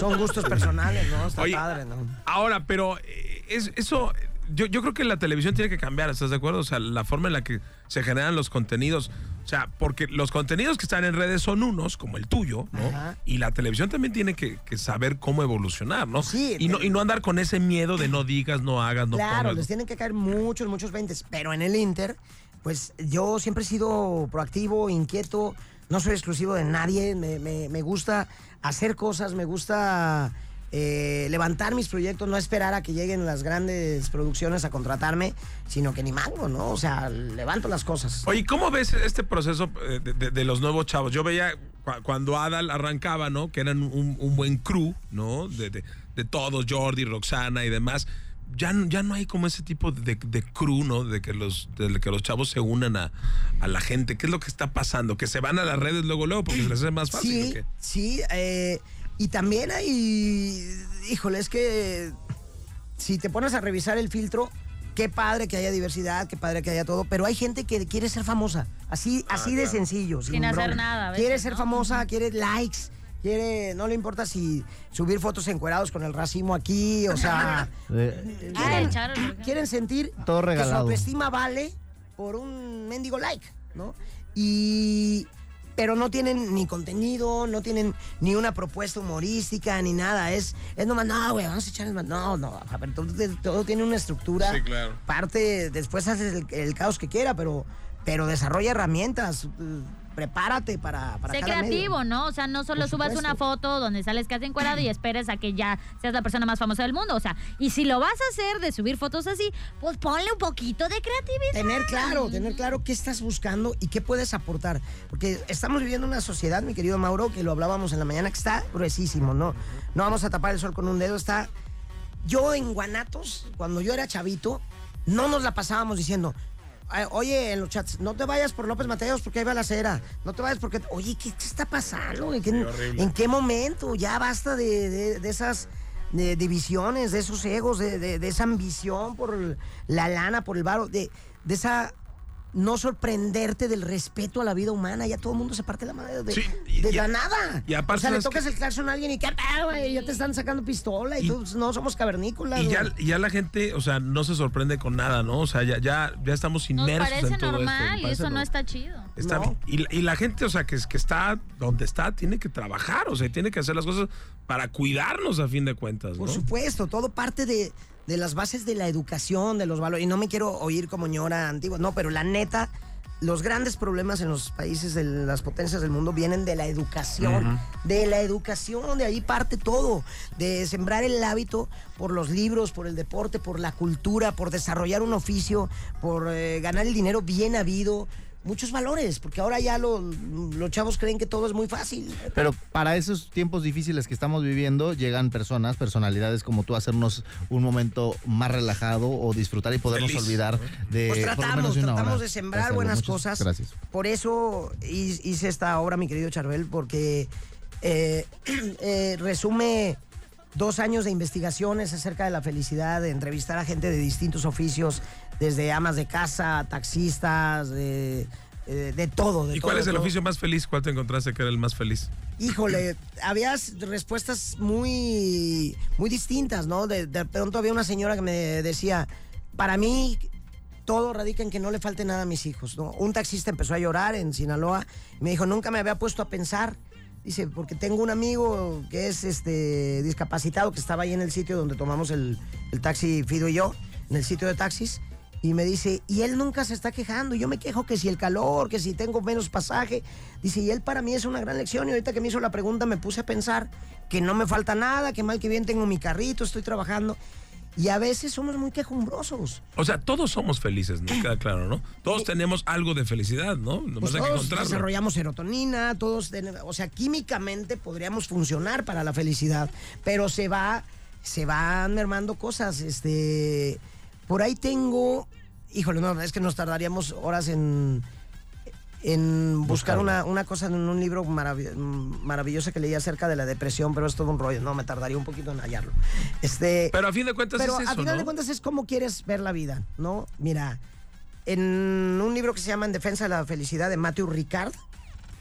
son gustos personales, ¿no? Está Oye, padre, ¿no? Ahora, pero eh, es, eso, yo, yo creo que la televisión tiene que cambiar, ¿estás de acuerdo? O sea, la forma en la que se generan los contenidos. O sea, porque los contenidos que están en redes son unos, como el tuyo, ¿no? Ajá. Y la televisión también tiene que, que saber cómo evolucionar, ¿no? Sí, Y no, te- y no andar con ese miedo de no digas, no hagas, no Claro, pongas. les tienen que caer muchos, muchos 20, pero en el Inter, pues yo siempre he sido proactivo, inquieto, no soy exclusivo de nadie, me, me- me gusta hacer cosas, me gusta eh, levantar mis proyectos, no esperar a que lleguen las grandes producciones a contratarme, sino que ni mango, ¿no? O sea, levanto las cosas. Oye, ¿cómo ves este proceso eh, de, de- de los nuevos chavos? Yo veía cua- cuando Adal arrancaba, ¿no? Que eran un, un buen crew, ¿no? De, de- de todos, Jordi, Roxana y demás. Ya, n- ya no hay como ese tipo de, de crew, ¿no? De que los, de que los chavos se unan a, a la gente. ¿Qué es lo que está pasando? ¿Que se van a las redes luego, luego? Porque se les hace más fácil. ¿o Sí, qué? sí, eh, y también hay, híjole, es que si te pones a revisar el filtro, qué padre que haya diversidad, qué padre que haya todo, pero hay gente que quiere ser famosa, así, Ah, así de sencillo. Sin hacer nada a veces, quiere ser ¿no? famosa, quiere likes, quiere, no le importa si subir fotos encuerados con el racimo aquí, o sea, Eh, Ay, Ah, Charo, por ejemplo. quieren sentir Todo que su regalado. autoestima vale por un mendigo like, ¿no? Y pero no tienen ni contenido, no tienen ni una propuesta humorística ni nada, es es nomás no, güey, vamos a echar el ma-". no, no, a ver, todo, todo tiene una estructura. Sí, claro. Parte después haces el, el caos que quiera, pero pero desarrolla herramientas, eh, prepárate para para Sé cada medio. creativo, ¿no? O sea, no solo Por subas supuesto. una foto donde sales casi encuadrado y esperes a que ya seas la persona más famosa del mundo. O sea, y si lo vas a hacer de subir fotos así, pues ponle un poquito de creatividad. Tener claro, tener claro qué estás buscando y qué puedes aportar. Porque estamos viviendo una sociedad, mi querido Mauro, que lo hablábamos en la mañana, que está gruesísimo, ¿no? No vamos a tapar el sol con un dedo, está... Yo en Guanatos, cuando yo era chavito, no nos la pasábamos diciendo... "Ay, Oye, en los chats, no te vayas por López Mateos porque ahí va la acera. No te vayas porque. Oye, ¿qué, qué está pasando? ¿En qué, en qué momento? Ya basta de, de- de esas de divisiones, de esos egos, de, de- de esa ambición por la lana, por el varo, de, de esa no sorprenderte del respeto a la vida humana. Ya todo el mundo se parte la madre de, Sí, y- de y- la nada. y aparte, o sea, le ¿sabes tocas qué? el claxon a alguien y ¿qué pedo, güey? ya te están sacando pistola y, Y- tú, no somos cavernícolas. Y ya, güey. ya la gente, o sea, no se sorprende con nada, ¿no? O sea, ya, ya, ya estamos Nos inmersos parece en todo esto. normal nos y parece eso no normal. está chido. Está- No. y, la- y la gente, o sea, que, es- que está donde está, tiene que trabajar, o sea, tiene que hacer las cosas para cuidarnos a fin de cuentas, ¿no? Por supuesto, todo parte de, de las bases de la educación, de los valores. Y no me quiero oír como ñora antigua, no, pero la neta, los grandes problemas en los países de las potencias del mundo vienen de la educación. De la educación, de ahí parte todo. De sembrar el hábito por los libros, por el deporte, por la cultura, por desarrollar un oficio, por eh, ganar el dinero bien habido. Muchos valores, porque ahora ya lo- los chavos creen que todo es muy fácil. Pero para esos tiempos difíciles que estamos viviendo, llegan personas, personalidades como tú, a hacernos un momento más relajado o disfrutar y podernos Feliz. olvidar de. Eh, por Pues lo tratamos, menos de una tratamos hora. de sembrar Hacerlo. buenas Muchas cosas. Gracias. Por eso hi- hice esta obra, mi querido Charbel, porque eh, eh, resume dos años de investigaciones acerca de la felicidad, de entrevistar a gente de distintos oficios, desde amas de casa, taxistas, de, eh, de todo. de ¿Y todo, cuál de es el todo. oficio más feliz? ¿Cuál te encontraste que era el más feliz? Híjole, habías respuestas muy, muy distintas, ¿no? De, de pronto había una señora que me decía, para mí todo radica en que no le falte nada a mis hijos, ¿no? Un taxista empezó a llorar en Sinaloa y me dijo, nunca me había puesto a pensar. Dice, porque tengo un amigo que es este, discapacitado, que estaba ahí en el sitio donde tomamos el, el taxi Fido y yo, en el sitio de taxis, y me dice, y él nunca se está quejando. Yo me quejo que si el calor, que si tengo menos pasaje. Dice, y él para mí es una gran lección. Y ahorita que me hizo la pregunta me puse a pensar que no me falta nada, que mal que bien tengo mi carrito, estoy trabajando. Y a veces somos muy quejumbrosos. O sea, todos somos felices, ¿no? Queda claro, ¿no? Todos tenemos algo de felicidad, ¿no? Nomás Eh. Pues hay que todos encontrarlo. desarrollamos serotonina, todos, tenemos- o sea, químicamente podríamos funcionar para la felicidad, pero se va, se van mermando cosas. Este, por ahí tengo, híjole, no, es que nos tardaríamos horas en, en buscar una, una cosa en un libro maravi- maravilloso que leí acerca de la depresión, pero es todo un rollo, no, me tardaría un poquito en hallarlo. Este, Pero a fin de cuentas pero es al eso, final ¿no? de cuentas es como quieres ver la vida, ¿no? Mira, en un libro que se llama En defensa de la felicidad de Matthew Ricard,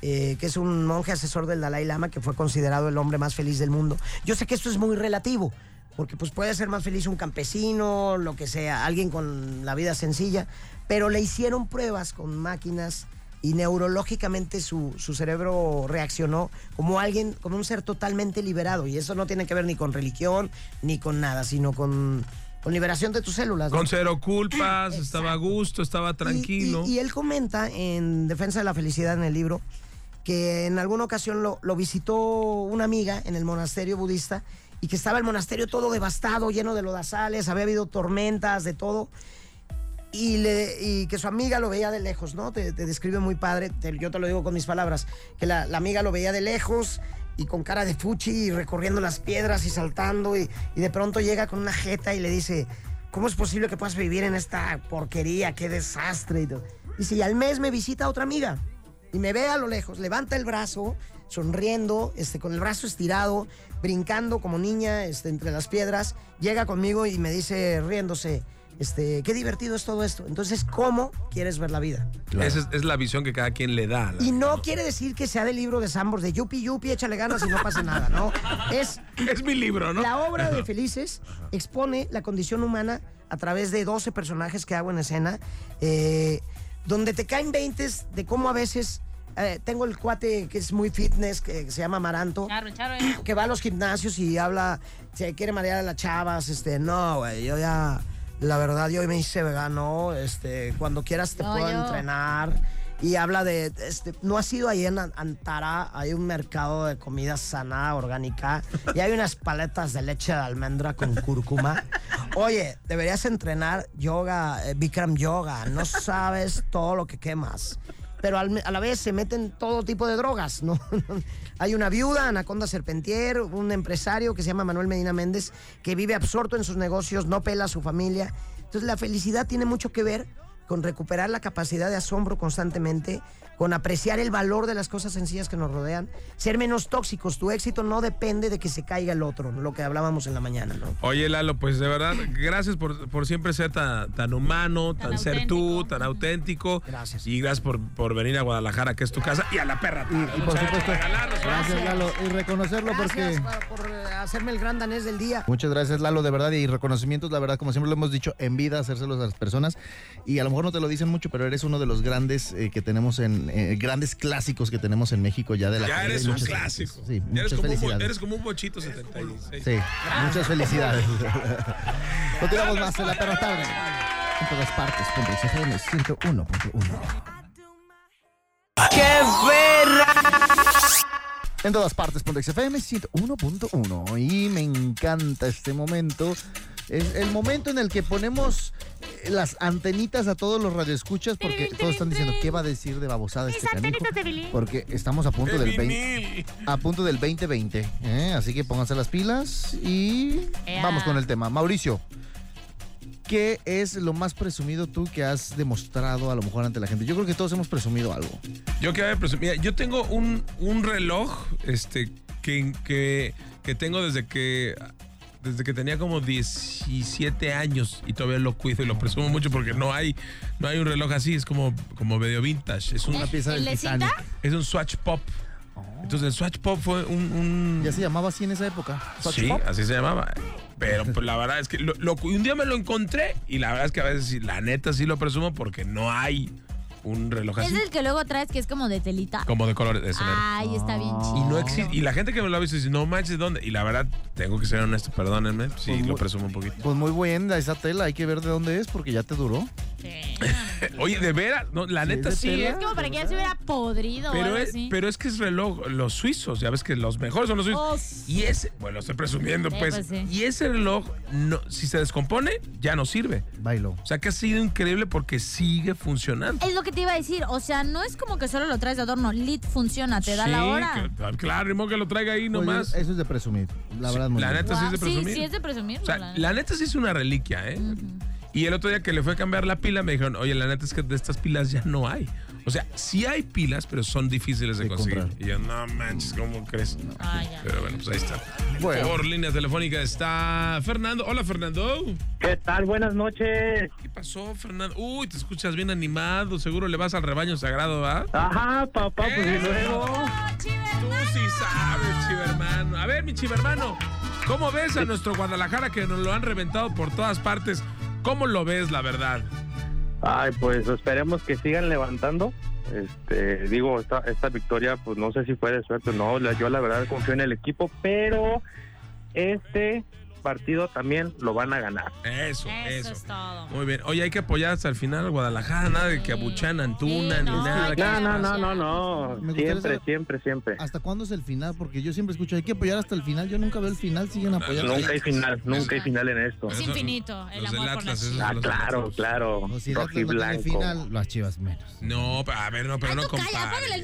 eh, que es un monje asesor del Dalai Lama que fue considerado el hombre más feliz del mundo. Yo sé que esto es muy relativo, porque pues puede ser más feliz un campesino, lo que sea, alguien con la vida sencilla, pero le hicieron pruebas con máquinas y neurológicamente su, su cerebro reaccionó como alguien, como un ser totalmente liberado. Y eso no tiene que ver ni con religión, ni con nada, sino con, con liberación de tus células. ¿no? Con cero culpas, estaba a gusto, estaba tranquilo. Y, y- y él comenta en Defensa de la Felicidad en el libro que en alguna ocasión lo, lo visitó una amiga en el monasterio budista y que estaba el monasterio todo devastado, lleno de lodazales, había habido tormentas, de todo. Y, le- y que su amiga lo veía de lejos, ¿no? Te, te describe muy padre, te- yo te lo digo con mis palabras, que la, la amiga lo veía de lejos y con cara de fuchi y recorriendo las piedras y saltando y, y de pronto llega con una jeta y le dice, ¿cómo es posible que puedas vivir en esta porquería? ¡Qué desastre! Y todo. Dice, y al mes me visita otra amiga y me ve a lo lejos, levanta el brazo, sonriendo, este, con el brazo estirado, brincando como niña este, entre las piedras, llega conmigo y me dice riéndose, este, qué divertido es todo esto. Entonces, ¿cómo quieres ver la vida? Esa es, es la visión que cada quien le da. a la- Y no quiere decir que sea del libro de Sambor, de yupi yupi, échale ganas y no pasa nada, ¿no? Es Es mi libro, ¿no? la obra de Felices expone la condición humana a través de 12 personajes que hago en escena, eh, donde te caen 20 de cómo a veces eh, tengo el cuate que es muy fitness, que se llama Maranto Charro, charro. eh. que va a los gimnasios y habla, se quiere marear a las chavas, este, no, güey, yo ya, la verdad, yo me hice vegano, este, cuando quieras te No, puedo yo. entrenar. Y habla de, este, no ha sido ahí en An- Antara, hay un mercado de comida sana, orgánica, y hay unas paletas de leche de almendra con cúrcuma. Oye, deberías entrenar yoga, eh, Bikram yoga, no sabes todo lo que quemas pero al- a la vez se meten todo tipo de drogas, ¿no? Hay una viuda, Anaconda Serpentier, un empresario que se llama Manuel Medina Méndez, que vive absorto en sus negocios, no pela a su familia. Entonces la felicidad tiene mucho que ver con recuperar la capacidad de asombro constantemente, con apreciar el valor de las cosas sencillas que nos rodean, ser menos tóxicos. Tu éxito no depende de que se caiga el otro, lo que hablábamos en la mañana, ¿no? Oye, Lalo, pues de verdad, gracias por, por siempre ser tan, tan humano, tan, Tan ser tú, auténtico. tan auténtico. Gracias. Y gracias por, por venir a Guadalajara, que es tu casa, y a la perra. Y, y Muchas por gracias por supuesto, regalarnos, gracias Lalo y reconocerlo Gracias porque... pa- por, eh, hacerme el gran danés del día. Muchas gracias Lalo, de verdad, y reconocimientos, la verdad, como siempre lo hemos dicho, en vida hacérselos a las personas. Y a lo mejor no te lo dicen mucho, pero eres uno de los grandes eh, que tenemos en, eh, grandes clásicos que tenemos en México ya de la Ya comedia. eres Y un muchas- clásico. Sí, ya muchas eres como, un, bo- felicidades. eres como un bochito 76. Sí, muchas felicidades. Continuamos más en la perra tarde. En todas partes, con Luis FM 101.1. En todas partes, punto XFM 101.1. Y me encanta este momento. Es el momento en el que ponemos eh, las antenitas a todos los radioescuchas porque todos están diciendo qué va a decir de babosada este canijo. Porque estamos a punto del 20, vinil. a punto del 2020. ¿eh? Así que pónganse las pilas y Ea. vamos con el tema. Mauricio, ¿qué es lo más presumido tú que has demostrado a lo mejor ante la gente? Yo creo que todos hemos presumido algo. Yo que Mira, yo tengo un, un reloj este, que, que, que tengo desde que, desde que tenía como 17 años y todavía lo cuido y lo presumo mucho porque no hay, no hay un reloj así, es como, como medio vintage. Es un, ¿El- pieza del el de cinta? Titanic. es un Swatch Pop. Entonces el Swatch Pop fue un... un- Oh. Ya se llamaba así en esa época. Pues Swatch Sí, Pop. así se llamaba. Pero pues, la verdad es que lo- lo- un día me lo encontré y la verdad es que a veces sí, la neta sí lo presumo porque no hay un reloj Es así el Ah, que luego traes que es como de telita. como de colores. ese mero. Ay, está bien chido. Y no exi- y la gente que me lo ha visto dice, no manches, ¿dónde? Y la verdad, tengo que ser honesto, perdónenme si Pues lo muy- presumo un poquito. Pues muy buena esa tela, hay que ver de dónde es porque ya te duró. Sí. Oye, de veras, no, la Sí, neta es de sí, ¿eh? Sí, tela. es como para que ya se hubiera podrido o pero algo es, así. pero es que es reloj, los suizos, ya ves que los mejores son los suizos. Oh, sí. Y ese, bueno, lo estoy presumiendo, Sí, pues. pues, sí. Y ese reloj, no, si se descompone, ya no sirve. Bailo. O sea que ha sido increíble porque sigue funcionando. Es lo que te iba a decir, o sea, no es como que solo lo traes de adorno, lit funciona, te da Sí, la hora. que- ah, claro, ni modo que lo traiga ahí Oye, nomás. Pues, Eso es de presumir, la verdad. muy la bien. neta sí es de Guau, sí, presumir. sí, es de presumir. O sea, la neta. la neta sí es una reliquia, ¿eh? Y el otro día que le fue a cambiar la pila, me dijeron, oye, la neta es que de estas pilas ya no hay. O sea, sí hay pilas, pero son difíciles de, De conseguir. comprar. Y yo, no manches, ¿cómo crees? Ah, ya. Pero bueno, pues ahí está. Bueno. Por línea telefónica está Fernando. Hola, Fernando. ¿Qué tal? Buenas noches. ¿Qué pasó, Fernando? Uy, te escuchas bien animado. Seguro le vas al rebaño sagrado, ¿ah? ¿va? Ajá, papá, pues y ¡Eso! luego. Tú sí sabes, chivermano. A ver, mi chivermano, ¿cómo ves a nuestro Guadalajara que nos lo han reventado por todas partes? ¿Cómo lo ves, la verdad? Ay, pues esperemos que sigan levantando. Este, digo, esta, esta victoria, pues no sé si fue de suerte o no. La- Yo la verdad confío en el equipo, pero este partido también lo van a ganar. Eso, Eso eso. es todo. Muy bien. Oye, hay que apoyar hasta el final a Guadalajara. Nada de que abuchan a Antuna Sí, ni no, nada. hay que- que- No, no, no, no, no. Me gustaría Siempre, saber- Ah, siempre, siempre. ¿Hasta cuándo es el final? Porque yo siempre escucho, hay que apoyar hasta el final. Yo nunca veo el final, siguen apoyando. Nunca hay final, nunca hay Ah, final en esto. Es infinito el Los del amor por Atlas, las esos chivas. Ah, son los del claro, Atlas. claro. No, si el Atlas no tiene Rojiblanco. final, las chivas menos. No, a ver, no, pero Ay, no Ah, tú calla, compares. apágale el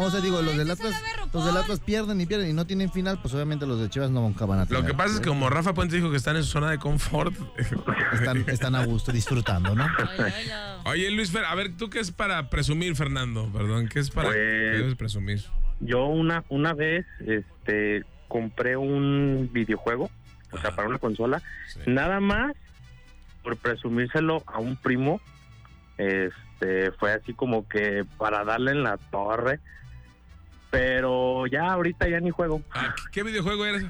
No, o sea, digo, los del Empieza a Atlas, ver, los del Rucón. Atlas pierden y pierden y no tienen final, pues obviamente los de Chivas no van a tener. Lo que pasa es que como Rafa Puente dijo que están en su zona de confort. Están, están a gusto, disfrutando, ¿no? Oye, Luis Fer, a ver, ¿tú qué es para presumir, Fernando? Perdón, ¿qué es para Pues- qué es presumir? Yo una, una vez este, compré un videojuego, o sea, Ajá. para una consola, Sí. nada más por presumírselo a un primo. Este, fue así como que para darle en la torre. Pero ya ahorita ya ni juego. Ah, ¿Qué videojuego eres?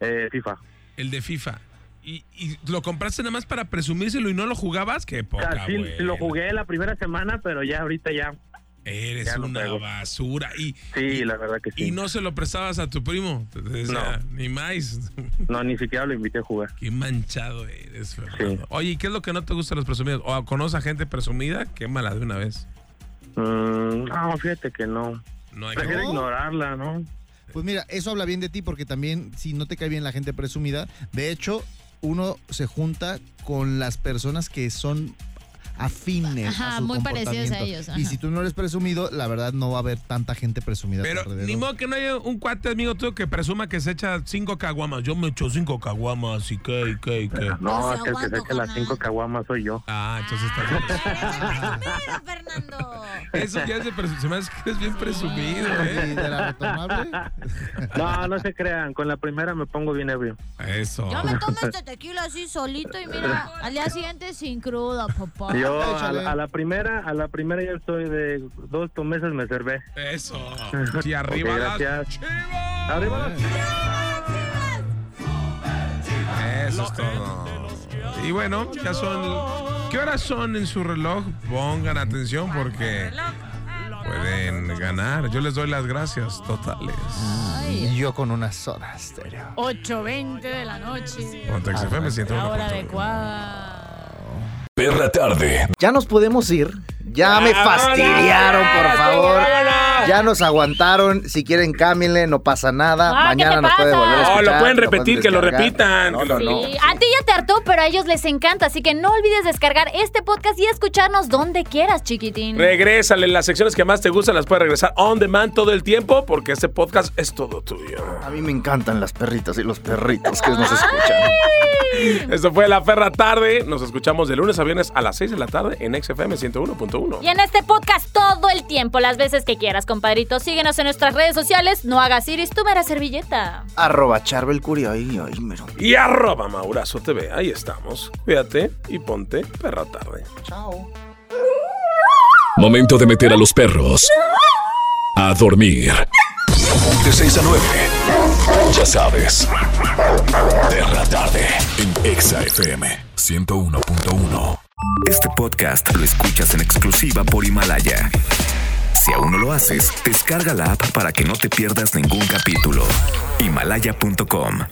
Eh, FIFA. Ah, El de FIFA. ¿Y, y lo compraste nada más para presumírselo y no lo jugabas? Qué O poca, sea, Ah, sí, güey. sí lo jugué la primera semana, pero ya ahorita ya. Eres Ya no una juego. basura. Y, Sí, la verdad que sí. y no se lo prestabas a tu primo. Te decía, ni más. No, ni siquiera lo invité a jugar. Qué manchado eres, Fernando. Oye, ¿y qué es lo que no te gusta de los presumidos? ¿O conoces a gente presumida? Qué mala de una vez. Mm, no, fíjate que no. No hay Prefiero que... ignorarla, ¿no? Pues mira, eso habla bien de ti porque también si no te cae bien la gente presumida, de hecho, uno se junta con las personas que son afines a Ajá, su muy parecidos a comportamiento. ellos, Y ajá. si tú no eres presumido, la verdad no va a haber tanta gente presumida. a tu Pero alrededor. ni modo que no haya un cuate amigo tuyo que presuma que se echa cinco caguamas. Yo me echo cinco caguamas y qué, y qué, y qué. No No, se es que el que se aguanto, echa las carnal. cinco caguamas soy yo. Ah, entonces está Ah, eres el presumido, Fernando. Eso ya es de presu- Se me hace que es bien presumido, ¿Y ¿eh? de la retomable? No, no se crean, con la primera me pongo bien ebrio. Eso. Yo me tomo este tequila así solito y mira, al día siguiente sin cruda, papá. Yo a, Échale. la- a la primera, a la primera ya estoy de dos meses me cervé. Eso. Y arriba Ok, las gracias. chivas. Arriba las Eso es todo. Y bueno, ya son. ¿Qué horas son en su reloj? Pongan atención porque pueden ganar. Yo les doy las gracias totales. Y yo con unas sodas, estéreo. 8.20 de la noche. Pontex FM 101.1. La hora adecuada. Perra tarde. Ya nos podemos ir. Ya me fastidiaron, por favor. Ya nos aguantaron. Si quieren, cámbienle, no pasa nada. Ah, ¿qué Mañana te nos puede pasa? volver a No, escuchar. lo pueden lo repetir, que lo descargar. repitan. No, no, Sí, no. a ti ya te hartó, pero a ellos les encanta, así que no olvides descargar este podcast y escucharnos donde quieras, chiquitín. Regrésale, las secciones que más te gustan las puedes regresar on demand todo el tiempo porque este podcast es todo tuyo. A mí me encantan las perritas y los perritos que nos escuchan. Esto fue La Perra Tarde. Nos escuchamos de lunes a viernes a las 6 de la tarde en XFM 101.1. Y en este podcast todo el tiempo, las veces que quieras, compadrito. Síguenos en nuestras redes sociales. No hagas iris, tú me harás servilleta. Arroba Charbel Curio. Ay, ay, mero. Y arroba Maurazo TV. Ahí estamos. Cuídate y ponte Perra Tarde. Chao. Momento de meter a los perros a dormir. De 6 a 9. Ya sabes. Perra tarde en Exa FM 101.1. Este podcast lo escuchas en exclusiva por Himalaya. Si aún no lo haces, descarga la app para que no te pierdas ningún capítulo. Himalaya.com